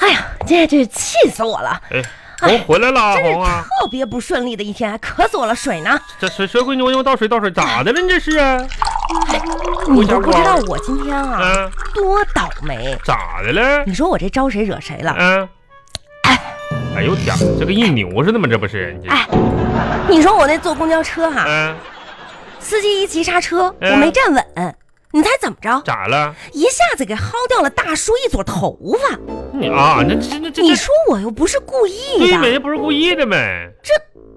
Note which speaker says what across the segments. Speaker 1: 哎这这气死我了！
Speaker 2: 哎，红回来 了，
Speaker 1: 真是
Speaker 2: 红啊！
Speaker 1: 特别不顺利的一天，还渴死我了，水呢？
Speaker 2: 这水水鬼牛牛倒水倒水，咋的了？你这是啊？
Speaker 1: 哎你都不知道我今天啊
Speaker 2: 嗯，
Speaker 1: 多倒霉！
Speaker 2: 咋的了？
Speaker 1: 你说我这招谁惹谁了？
Speaker 2: 嗯。哎呦天，这跟印牛似的吗？这不是？你这，
Speaker 1: 哎，你说我那坐公交车哈、
Speaker 2: 嗯，
Speaker 1: 司机一急刹车，
Speaker 2: 嗯
Speaker 1: 我没站稳，你猜怎么着？
Speaker 2: 咋了？
Speaker 1: 一下子给薅掉了大叔一撮头发。
Speaker 2: 你啊，那这那这
Speaker 1: 你
Speaker 2: 这
Speaker 1: 说我又不是故意
Speaker 2: 对
Speaker 1: 的，
Speaker 2: 没？不是故意的呗？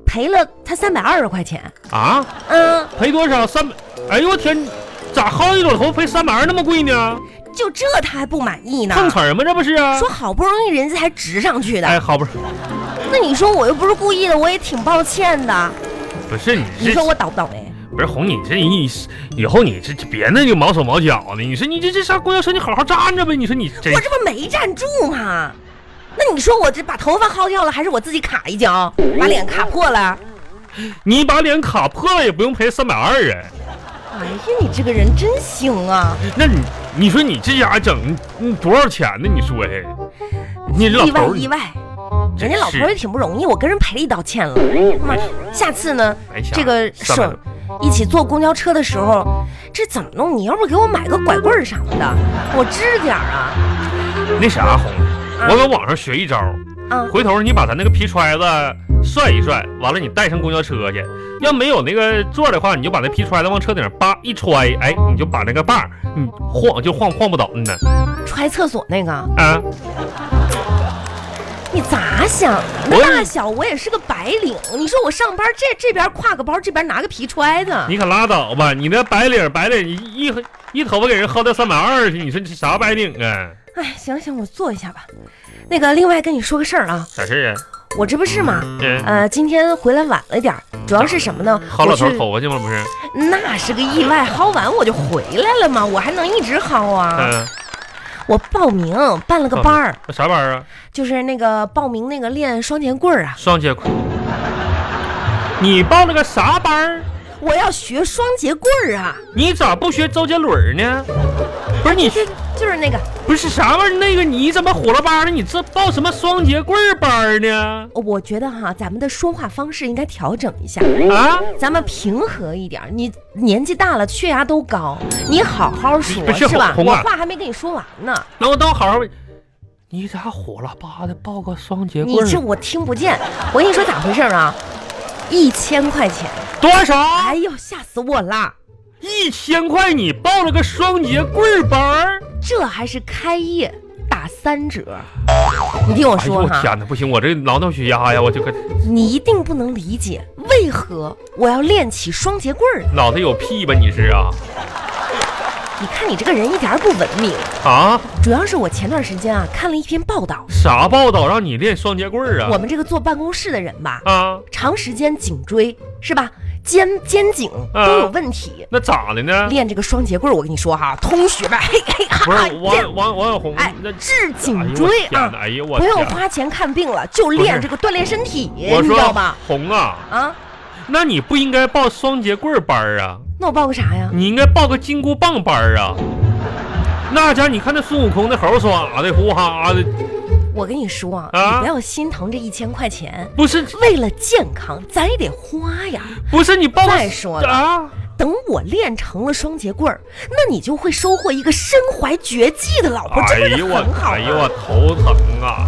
Speaker 1: 赔了他三百二十块钱。
Speaker 2: 啊？
Speaker 1: 嗯，
Speaker 2: 赔多少？三百？哎呦我天，咋薅一朵头赔三百二那么贵呢？
Speaker 1: 就这他还不满意呢？
Speaker 2: 碰瓷儿吗？这不是啊？
Speaker 1: 说好不容易人家才值上去的，
Speaker 2: 哎，好不是，
Speaker 1: 那你说我又不是故意的，我也挺抱歉的。
Speaker 2: 不是你这
Speaker 1: 你说我倒不倒霉？
Speaker 2: 不是红，你这你以后你这这别那就毛手毛脚的。你说你这这上公交车你好好站着呗。你说你这
Speaker 1: 我这不没站住吗？那你说我这把头发薅掉了，还是我自己卡一脚，把脸卡破了？
Speaker 2: 你把脸卡破了也不用赔三百二啊。
Speaker 1: 哎呀，你这个人真行啊！
Speaker 2: 那你你说你这家整你多少钱呢？你说嘿，你老
Speaker 1: 意外
Speaker 2: 头儿
Speaker 1: 意外，
Speaker 2: 真
Speaker 1: 人家老头
Speaker 2: 是
Speaker 1: 儿也挺不容易，我跟人赔了一道歉了。妈，下次呢
Speaker 2: 哎呀，
Speaker 1: 这个
Speaker 2: 算
Speaker 1: 手
Speaker 2: 了
Speaker 1: 一起坐公交车的时候，这怎么弄？你要不给我买个拐棍儿啥的，我支点儿啊
Speaker 2: 那啥红，
Speaker 1: 嗯
Speaker 2: 我搁网上学一招，
Speaker 1: 啊！
Speaker 2: 回头你把咱那个皮揣子涮一涮，完了你带上公交车去。要没有那个座儿的话，你就把那皮揣子往车顶上叭一揣，哎，你就把那个把儿，嗯，晃就晃晃不倒，嗯呢，
Speaker 1: 揣厕所那个，
Speaker 2: 啊，
Speaker 1: 你咋想？
Speaker 2: 我
Speaker 1: 那大小我也是个白领，你说我上班这这边挎个包，这边拿个皮揣子，
Speaker 2: 你可拉倒吧，你那白领白领一一头发给人薅到三百二去，你说你是啥白领啊？
Speaker 1: 哎，行行，我坐一下吧。那个，另外跟你说个事儿啊，
Speaker 2: 啥事儿啊？
Speaker 1: 我这不是嘛，
Speaker 2: 嗯，
Speaker 1: 呃，今天回来晚了点儿，主要是什么呢？
Speaker 2: 薅老头
Speaker 1: 我去
Speaker 2: 头发去吗？不是，
Speaker 1: 那是个意外，薅完我就回来了嘛，我还能一直薅啊？
Speaker 2: 嗯，
Speaker 1: 我报名办了个班儿，
Speaker 2: 那啥玩意儿啊？
Speaker 1: 就是那个报名那个练双截棍儿啊，
Speaker 2: 双节棍。你报了个啥班儿？
Speaker 1: 我要学双截棍儿啊，
Speaker 2: 你咋不学周杰伦儿呢？不是你
Speaker 1: 就就是那个，
Speaker 2: 不是啥玩意儿？那个你怎么火了吧的？你这报什么双节棍儿班儿呢？
Speaker 1: 我觉得哈，咱们的说话方式应该调整一下，
Speaker 2: 啊？
Speaker 1: 咱们平和一点儿。你年纪大了，血压都高，你好好说
Speaker 2: 不是
Speaker 1: 是吧？
Speaker 2: 红
Speaker 1: 我
Speaker 2: 啊
Speaker 1: 话还没跟你说完呢，
Speaker 2: 那我等我好好问。你咋火了吧的报个双节
Speaker 1: 你
Speaker 2: 棍
Speaker 1: 这
Speaker 2: 儿？
Speaker 1: 我听不见。我跟你说咋回事儿啊？一千块钱，
Speaker 2: 多少？
Speaker 1: 哎呦，吓死我啦！
Speaker 2: 一千块你报了个双节棍儿班儿？
Speaker 1: 这还是开业打三折。你听我
Speaker 2: 哎呦
Speaker 1: 说
Speaker 2: 我
Speaker 1: 哈，
Speaker 2: 天哪，不行，我这脑脑血压呀，我这个
Speaker 1: 你一定不能理解为何我要练起双截棍儿。
Speaker 2: 脑袋有屁吧？你是啊
Speaker 1: 你看你这个人一点儿不文明。
Speaker 2: 啊？
Speaker 1: 主要是我前段时间啊看了一篇报道，
Speaker 2: 啥报道让你练双节棍儿啊？
Speaker 1: 我们这个坐办公室的人吧，
Speaker 2: 啊，
Speaker 1: 长时间颈椎是吧，肩肩颈
Speaker 2: 啊
Speaker 1: 都有问题。
Speaker 2: 那咋的呢？
Speaker 1: 练这个双截棍儿，我跟你说哈，通血脉，嘿嘿哈
Speaker 2: 不是
Speaker 1: 哈，
Speaker 2: 王王王小红，
Speaker 1: 哎
Speaker 2: 那，
Speaker 1: 治
Speaker 2: 哎
Speaker 1: 颈
Speaker 2: 呦
Speaker 1: 椎
Speaker 2: 我天
Speaker 1: 啊
Speaker 2: 哪，哎呦我
Speaker 1: 不用
Speaker 2: 天哪，
Speaker 1: 花钱看病了，就
Speaker 2: 不
Speaker 1: 练
Speaker 2: 是
Speaker 1: 这个锻炼身体，
Speaker 2: 我
Speaker 1: 你知道
Speaker 2: 说
Speaker 1: 吧？
Speaker 2: 红啊，
Speaker 1: 啊，
Speaker 2: 那你不应该报双节棍儿班儿啊，
Speaker 1: 那我报个啥呀？
Speaker 2: 你应该报个金箍棒班儿啊。那家你看那孙悟空那猴耍的呼哈的，
Speaker 1: 我跟你说啊，
Speaker 2: 啊
Speaker 1: 你不要心疼这一千块钱，
Speaker 2: 不是
Speaker 1: 为了健康，咱也得花呀。
Speaker 2: 不是你报个
Speaker 1: 再说了
Speaker 2: 啊，
Speaker 1: 等我练成了双节棍儿，那你就会收获一个身怀绝技的老婆，
Speaker 2: 哎
Speaker 1: 真的
Speaker 2: 呦我
Speaker 1: 很好、啊。
Speaker 2: 哎呦我头疼啊！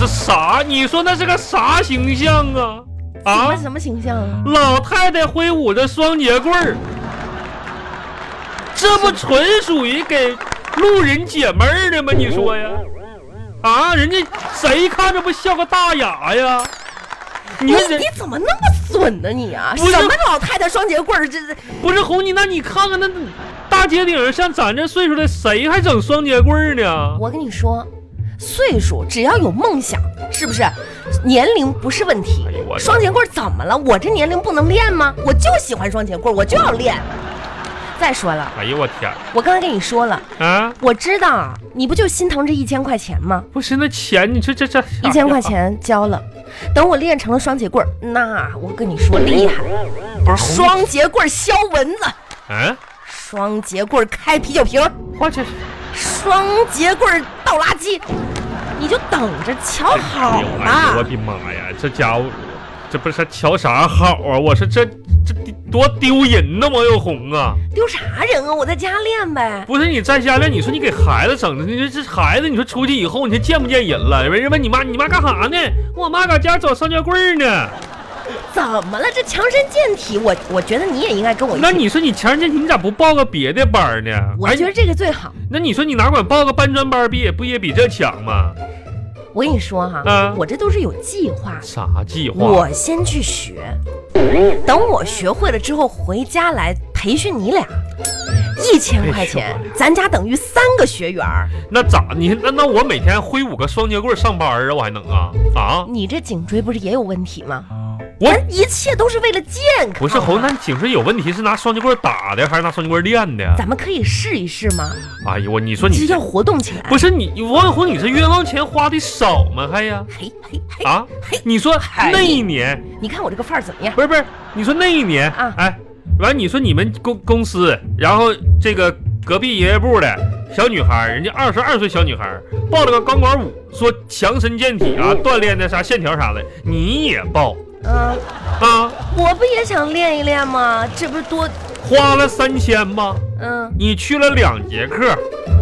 Speaker 2: 这啥？你说那是个啥形象啊？
Speaker 1: 什么
Speaker 2: 啊！
Speaker 1: 什么形象啊？
Speaker 2: 老太太挥舞着双节棍儿，这不纯属于给路人解闷儿的吗？你说呀？啊，人家谁看着不笑个大牙呀？你
Speaker 1: 你
Speaker 2: 说人
Speaker 1: 你怎么那么损呢、你啊，
Speaker 2: 不是
Speaker 1: 什么老太太双节棍儿，这这
Speaker 2: 不是红你，那你看看那大街顶上像咱这岁数的，谁还整双节棍儿呢？
Speaker 1: 我跟你说，岁数只要有梦想，是不是？年龄不是问题。
Speaker 2: 哎呦我的
Speaker 1: 双截棍怎么了？我这年龄不能练吗？我就喜欢双截棍，我就要练。再说了，
Speaker 2: 哎呦我天
Speaker 1: 我刚才跟你说了，
Speaker 2: 啊！
Speaker 1: 我知道啊，你不就心疼这一千块钱吗？
Speaker 2: 不是那钱，你这这这
Speaker 1: 一千块钱交了，等我练成了双截棍儿，那我跟你说
Speaker 2: 哎
Speaker 1: 厉害，
Speaker 2: 啊不是红
Speaker 1: 双截棍儿削蚊子，
Speaker 2: 嗯，
Speaker 1: 双截棍儿开啤酒瓶儿，
Speaker 2: 花钱
Speaker 1: 双截棍儿倒垃圾，你就等着瞧好
Speaker 2: 哎呦哎呦我
Speaker 1: 吧。
Speaker 2: 的妈呀，这家伙，这不是瞧啥好啊？我说这这这多丢人呐！王又红啊，
Speaker 1: 丢啥人啊？我在家练呗。
Speaker 2: 不是你在家里，你说你给孩子整的，你说这孩子，你说出去以后，你还见不见人了？人问你妈，你妈干啥呢？我妈搁家找烧焦棍儿呢。
Speaker 1: 怎么了？这强身健体，我我觉得你也应该跟我一
Speaker 2: 那
Speaker 1: 起。
Speaker 2: 你说你前儿你咋不报个别的班儿呢？
Speaker 1: 我
Speaker 2: 哎
Speaker 1: 觉得这个最好。
Speaker 2: 那你说你哪管报个搬砖班儿不也不也比这强吗？
Speaker 1: 我跟你说哈、
Speaker 2: 嗯
Speaker 1: 我这都是有计划的。
Speaker 2: 啥计划？
Speaker 1: 我先去学，等我学会了之后回家来培训你俩。一千块钱
Speaker 2: 哎呦，
Speaker 1: 咱家等于三个学员儿。
Speaker 2: 那咋你那那我每天挥舞个双截棍儿上班儿啊，我还能啊啊？
Speaker 1: 你这颈椎不是也有问题吗？
Speaker 2: 我
Speaker 1: 咱一切都是为了健康啊。
Speaker 2: 不是侯南颈椎有问题，是拿双截棍儿打的还是拿双截棍儿练的？
Speaker 1: 咱们可以试一试吗？
Speaker 2: 哎呦我，你说
Speaker 1: 这
Speaker 2: 你
Speaker 1: 要活动起来。
Speaker 2: 不是你王永红，你这冤枉钱花的少吗？还呀
Speaker 1: 嘿嘿嘿，
Speaker 2: 啊？你说那一年
Speaker 1: 你看我这个范儿怎么样？
Speaker 2: 不是不是？你说那一年
Speaker 1: 啊
Speaker 2: 哎，完你说你们公公司，然后这个隔壁营业部的小女孩儿，人家二十二岁小女孩儿报了个钢管舞，说强身健体啊，
Speaker 1: 哦
Speaker 2: 锻炼的啥线条啥的，你也报
Speaker 1: 嗯，
Speaker 2: 啊？
Speaker 1: 我不也想练一练吗？这不是多
Speaker 2: 花了三千吗？
Speaker 1: 嗯，
Speaker 2: 你去了两节课，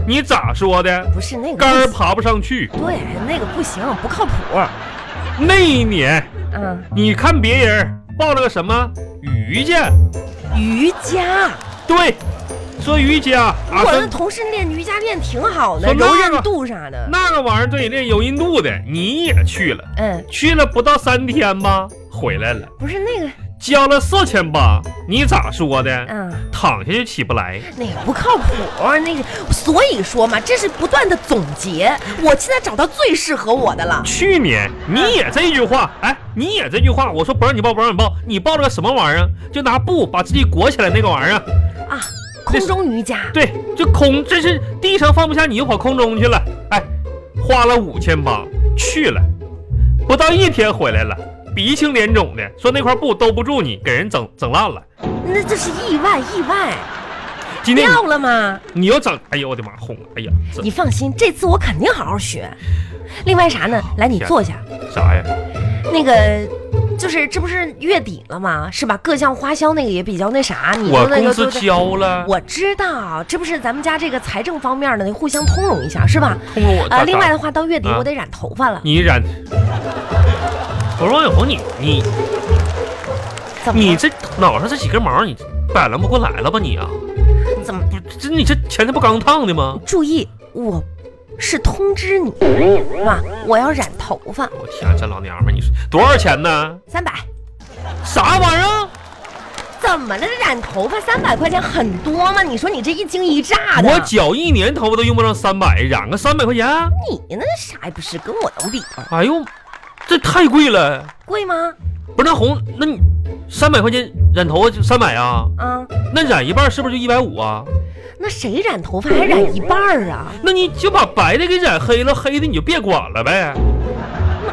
Speaker 2: 你咋说的？
Speaker 1: 不是那个
Speaker 2: 杆儿
Speaker 1: 不
Speaker 2: 爬不上去。
Speaker 1: 对，那个不行，不靠谱。
Speaker 2: 那一年
Speaker 1: 嗯，
Speaker 2: 你看别人报了个什么瑜伽，嗯
Speaker 1: 瑜伽，
Speaker 2: 对，说瑜伽啊，
Speaker 1: 我的
Speaker 2: 说
Speaker 1: 同事练瑜伽练挺好的，
Speaker 2: 说那
Speaker 1: 柔
Speaker 2: 个
Speaker 1: 韧度啥的。
Speaker 2: 那个玩意儿对练有印度的，你也去了，
Speaker 1: 嗯，
Speaker 2: 去了不到三天吧，回来了，
Speaker 1: 不是那个，
Speaker 2: 交了四千八，你咋说的？
Speaker 1: 嗯，
Speaker 2: 躺下就起不来。
Speaker 1: 那个不靠谱，那个，所以说嘛，这是不断的总结。我现在找到最适合我的了。
Speaker 2: 去年你也这句话，哎，你也这句话，我说不让你报，不让你报，你报了个什么玩意儿啊？就拿布把自己裹起来那个玩意儿，
Speaker 1: 啊，空中瑜伽，
Speaker 2: 对，这空这是地上放不下，你又跑空中去了，哎，花了五千八去了，不到一天回来了，鼻青脸肿的，说那块布兜不住你，给人整整烂了。
Speaker 1: 那这是意外，意外
Speaker 2: 今天
Speaker 1: 掉了吗？
Speaker 2: 你你又整，哎呦我的妈，红了，哎呀，这
Speaker 1: 你放心，这次我肯定好好学。另外啥呢？来，你
Speaker 2: 天
Speaker 1: 坐下。
Speaker 2: 啥呀？
Speaker 1: 那个，就是这不是月底了吗？是吧？各项花销那个也比较那啥，你
Speaker 2: 我
Speaker 1: 的那
Speaker 2: 工
Speaker 1: 个
Speaker 2: 资
Speaker 1: 对不对？
Speaker 2: 交了，
Speaker 1: 我知道，这不是咱们家这个财政方面的，互相通融一下，是吧？
Speaker 2: 通了我咋
Speaker 1: 啊，
Speaker 2: 咋
Speaker 1: 另外的话，到月底
Speaker 2: 啊
Speaker 1: 我得染头发了，
Speaker 2: 你染，我说王永红，你你
Speaker 1: 怎么
Speaker 2: 你
Speaker 1: 了？
Speaker 2: 这脑上这几根毛，你摆弄不过来了吧你啊？
Speaker 1: 怎么？
Speaker 2: 不，这你这前头不刚烫的吗？
Speaker 1: 注意，我是通知你，是吧？我要染头发，
Speaker 2: 我天，这老娘们儿，你说多少钱呢？
Speaker 1: 三百。
Speaker 2: 啥玩意儿？
Speaker 1: 怎么了？这染头发三百块钱很多吗？你说你这一惊一乍的，
Speaker 2: 我绞一年头发都用不上三百，染个三百块钱？
Speaker 1: 你那啥也不是，跟我能比吗？
Speaker 2: 哎呦，这太贵了！
Speaker 1: 贵吗？
Speaker 2: 不是那红，那你三百块钱染头发就三百啊？
Speaker 1: 啊，
Speaker 2: 那染一半是不是就一百五啊？
Speaker 1: 那谁染头发还染一半儿啊？
Speaker 2: 那你就把白的给染黑了，黑的你就别管了呗。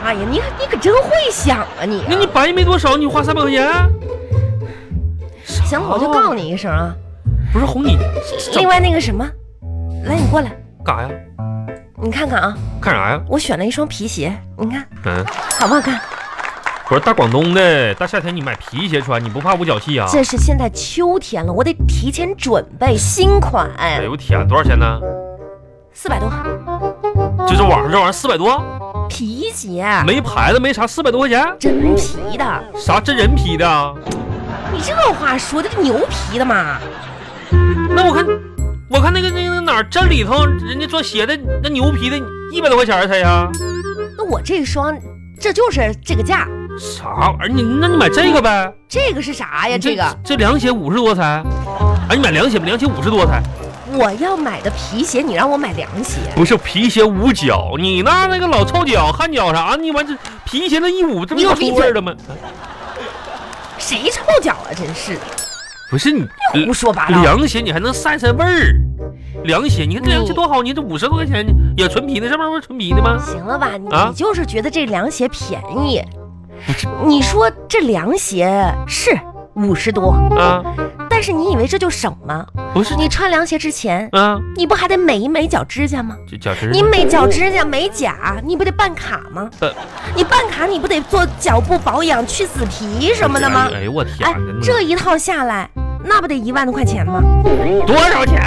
Speaker 1: 妈呀，你你可真会想啊你
Speaker 2: 那你白没多少，你花三百块钱？
Speaker 1: 行，我
Speaker 2: 哦
Speaker 1: 就告诉你一声啊。
Speaker 2: 不是红你，这
Speaker 1: 另外那个什么，来你过来，
Speaker 2: 干啥呀？
Speaker 1: 你看看啊，
Speaker 2: 看啥呀？
Speaker 1: 我选了一双皮鞋，你看
Speaker 2: 嗯，
Speaker 1: 好不好看？
Speaker 2: 不是大广东的，大夏天你买皮鞋穿，你不怕捂脚气啊？
Speaker 1: 这是现在秋天了，我得提前准备新款，
Speaker 2: 哎呦我天，多少钱呢？
Speaker 1: 四百多
Speaker 2: 就这网上这玩意儿四百多，
Speaker 1: 皮鞋，
Speaker 2: 没牌子没啥，四百多块钱，
Speaker 1: 真皮的。
Speaker 2: 啥真人皮的啊？
Speaker 1: 你这话说的，这牛皮的嘛？
Speaker 2: 那我看，我看那个那个哪儿镇里头人家做鞋的那牛皮的，一百多块钱儿才呀？
Speaker 1: 那我这双，这就是这个价，
Speaker 2: 啥玩意儿？你那你买这个呗？
Speaker 1: 这个是啥哎呀？
Speaker 2: 你
Speaker 1: 这个
Speaker 2: 这凉鞋五十多才，哎，你买凉鞋吧，凉鞋五十多才，
Speaker 1: 我要买的皮鞋，你让我买凉鞋，
Speaker 2: 不是皮鞋捂脚，你那那个老臭脚、汗脚啥，啊你完这皮鞋那一捂，这不
Speaker 1: 你
Speaker 2: 就
Speaker 1: 闭
Speaker 2: 出
Speaker 1: 嘴
Speaker 2: 味儿了吗？
Speaker 1: 谁臭脚啊？真是的，
Speaker 2: 不是你
Speaker 1: 胡说八道。
Speaker 2: 凉鞋你还能散散味儿，凉鞋你看这凉鞋多好，你这五十多块钱也纯皮的，上面不是纯皮的吗？
Speaker 1: 行了吧，你
Speaker 2: 啊
Speaker 1: 你就是觉得这凉鞋便宜。你说这凉鞋是五十多，
Speaker 2: 啊，
Speaker 1: 但但是你以为这就省吗？
Speaker 2: 不是
Speaker 1: 你穿凉鞋之前，
Speaker 2: 啊，
Speaker 1: 你不还得美一美脚指甲吗？
Speaker 2: 这脚趾
Speaker 1: 你美脚指甲、美甲，你不得办卡吗？
Speaker 2: 呃
Speaker 1: 你办卡，你不得做脚部保养、去死皮什么的吗？
Speaker 2: 哎呦我天
Speaker 1: 哎，
Speaker 2: 哪，
Speaker 1: 这一套下来，那不得一万多块钱吗？
Speaker 2: 多少钱？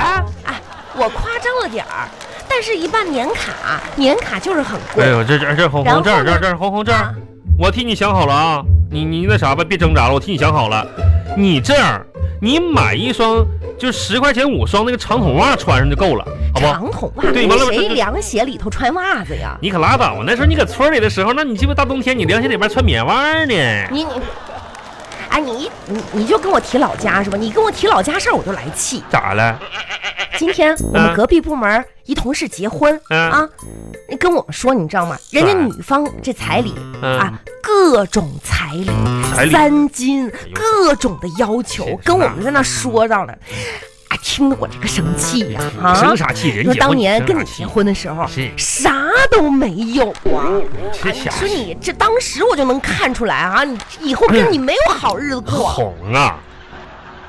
Speaker 1: 哎，我夸张了点儿，但是一办年卡，年卡就是很贵。
Speaker 2: 哎呦，这这这红
Speaker 1: 然
Speaker 2: 红
Speaker 1: 后
Speaker 2: 这儿这
Speaker 1: 呢
Speaker 2: 儿这儿红红这儿
Speaker 1: 啊，
Speaker 2: 我替你想好了啊，你你那啥吧，别挣扎了，我替你想好了。你这样，你买一双就十块钱五双那个长筒袜穿上就够了，好不好？
Speaker 1: 长筒袜，
Speaker 2: 对完了这
Speaker 1: 谁
Speaker 2: 这
Speaker 1: 凉鞋里头穿袜子呀？
Speaker 2: 你可拉倒！那时候你搁村里的时候，那你鸡巴大冬天你凉鞋里边穿棉袜呢？
Speaker 1: 你你，哎，你一你你就跟我提老家是吧？你跟我提老家事儿，我就来气。
Speaker 2: 咋了？
Speaker 1: 今天我
Speaker 2: 啊
Speaker 1: 们隔壁部门儿一同事结婚
Speaker 2: 嗯
Speaker 1: 啊，跟我们说，你知道吗？人家
Speaker 2: 咋
Speaker 1: 女方这彩礼
Speaker 2: 嗯
Speaker 1: 啊，，各种彩礼，
Speaker 2: 彩礼哎
Speaker 1: 三金，
Speaker 2: 呦
Speaker 1: 各种的要求
Speaker 2: 是，
Speaker 1: 跟我们在那说到呢，啊，听得我这个生气呀啊！
Speaker 2: 哎生啥气？人
Speaker 1: 说
Speaker 2: 结婚
Speaker 1: 当年
Speaker 2: 生
Speaker 1: 跟
Speaker 2: 啥
Speaker 1: 你
Speaker 2: 气
Speaker 1: 结婚的时候
Speaker 2: 是，
Speaker 1: 啥都没有啊！
Speaker 2: 这小
Speaker 1: 说你这当时我就能看出来啊，你以后跟你没有好日子过，
Speaker 2: 红啊！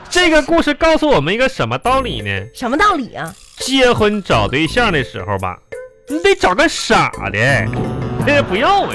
Speaker 2: 这个故事告诉我们一个什么道理呢？
Speaker 1: 什么道理啊？
Speaker 2: 结婚找对象的时候吧，你得找个傻的，不要我。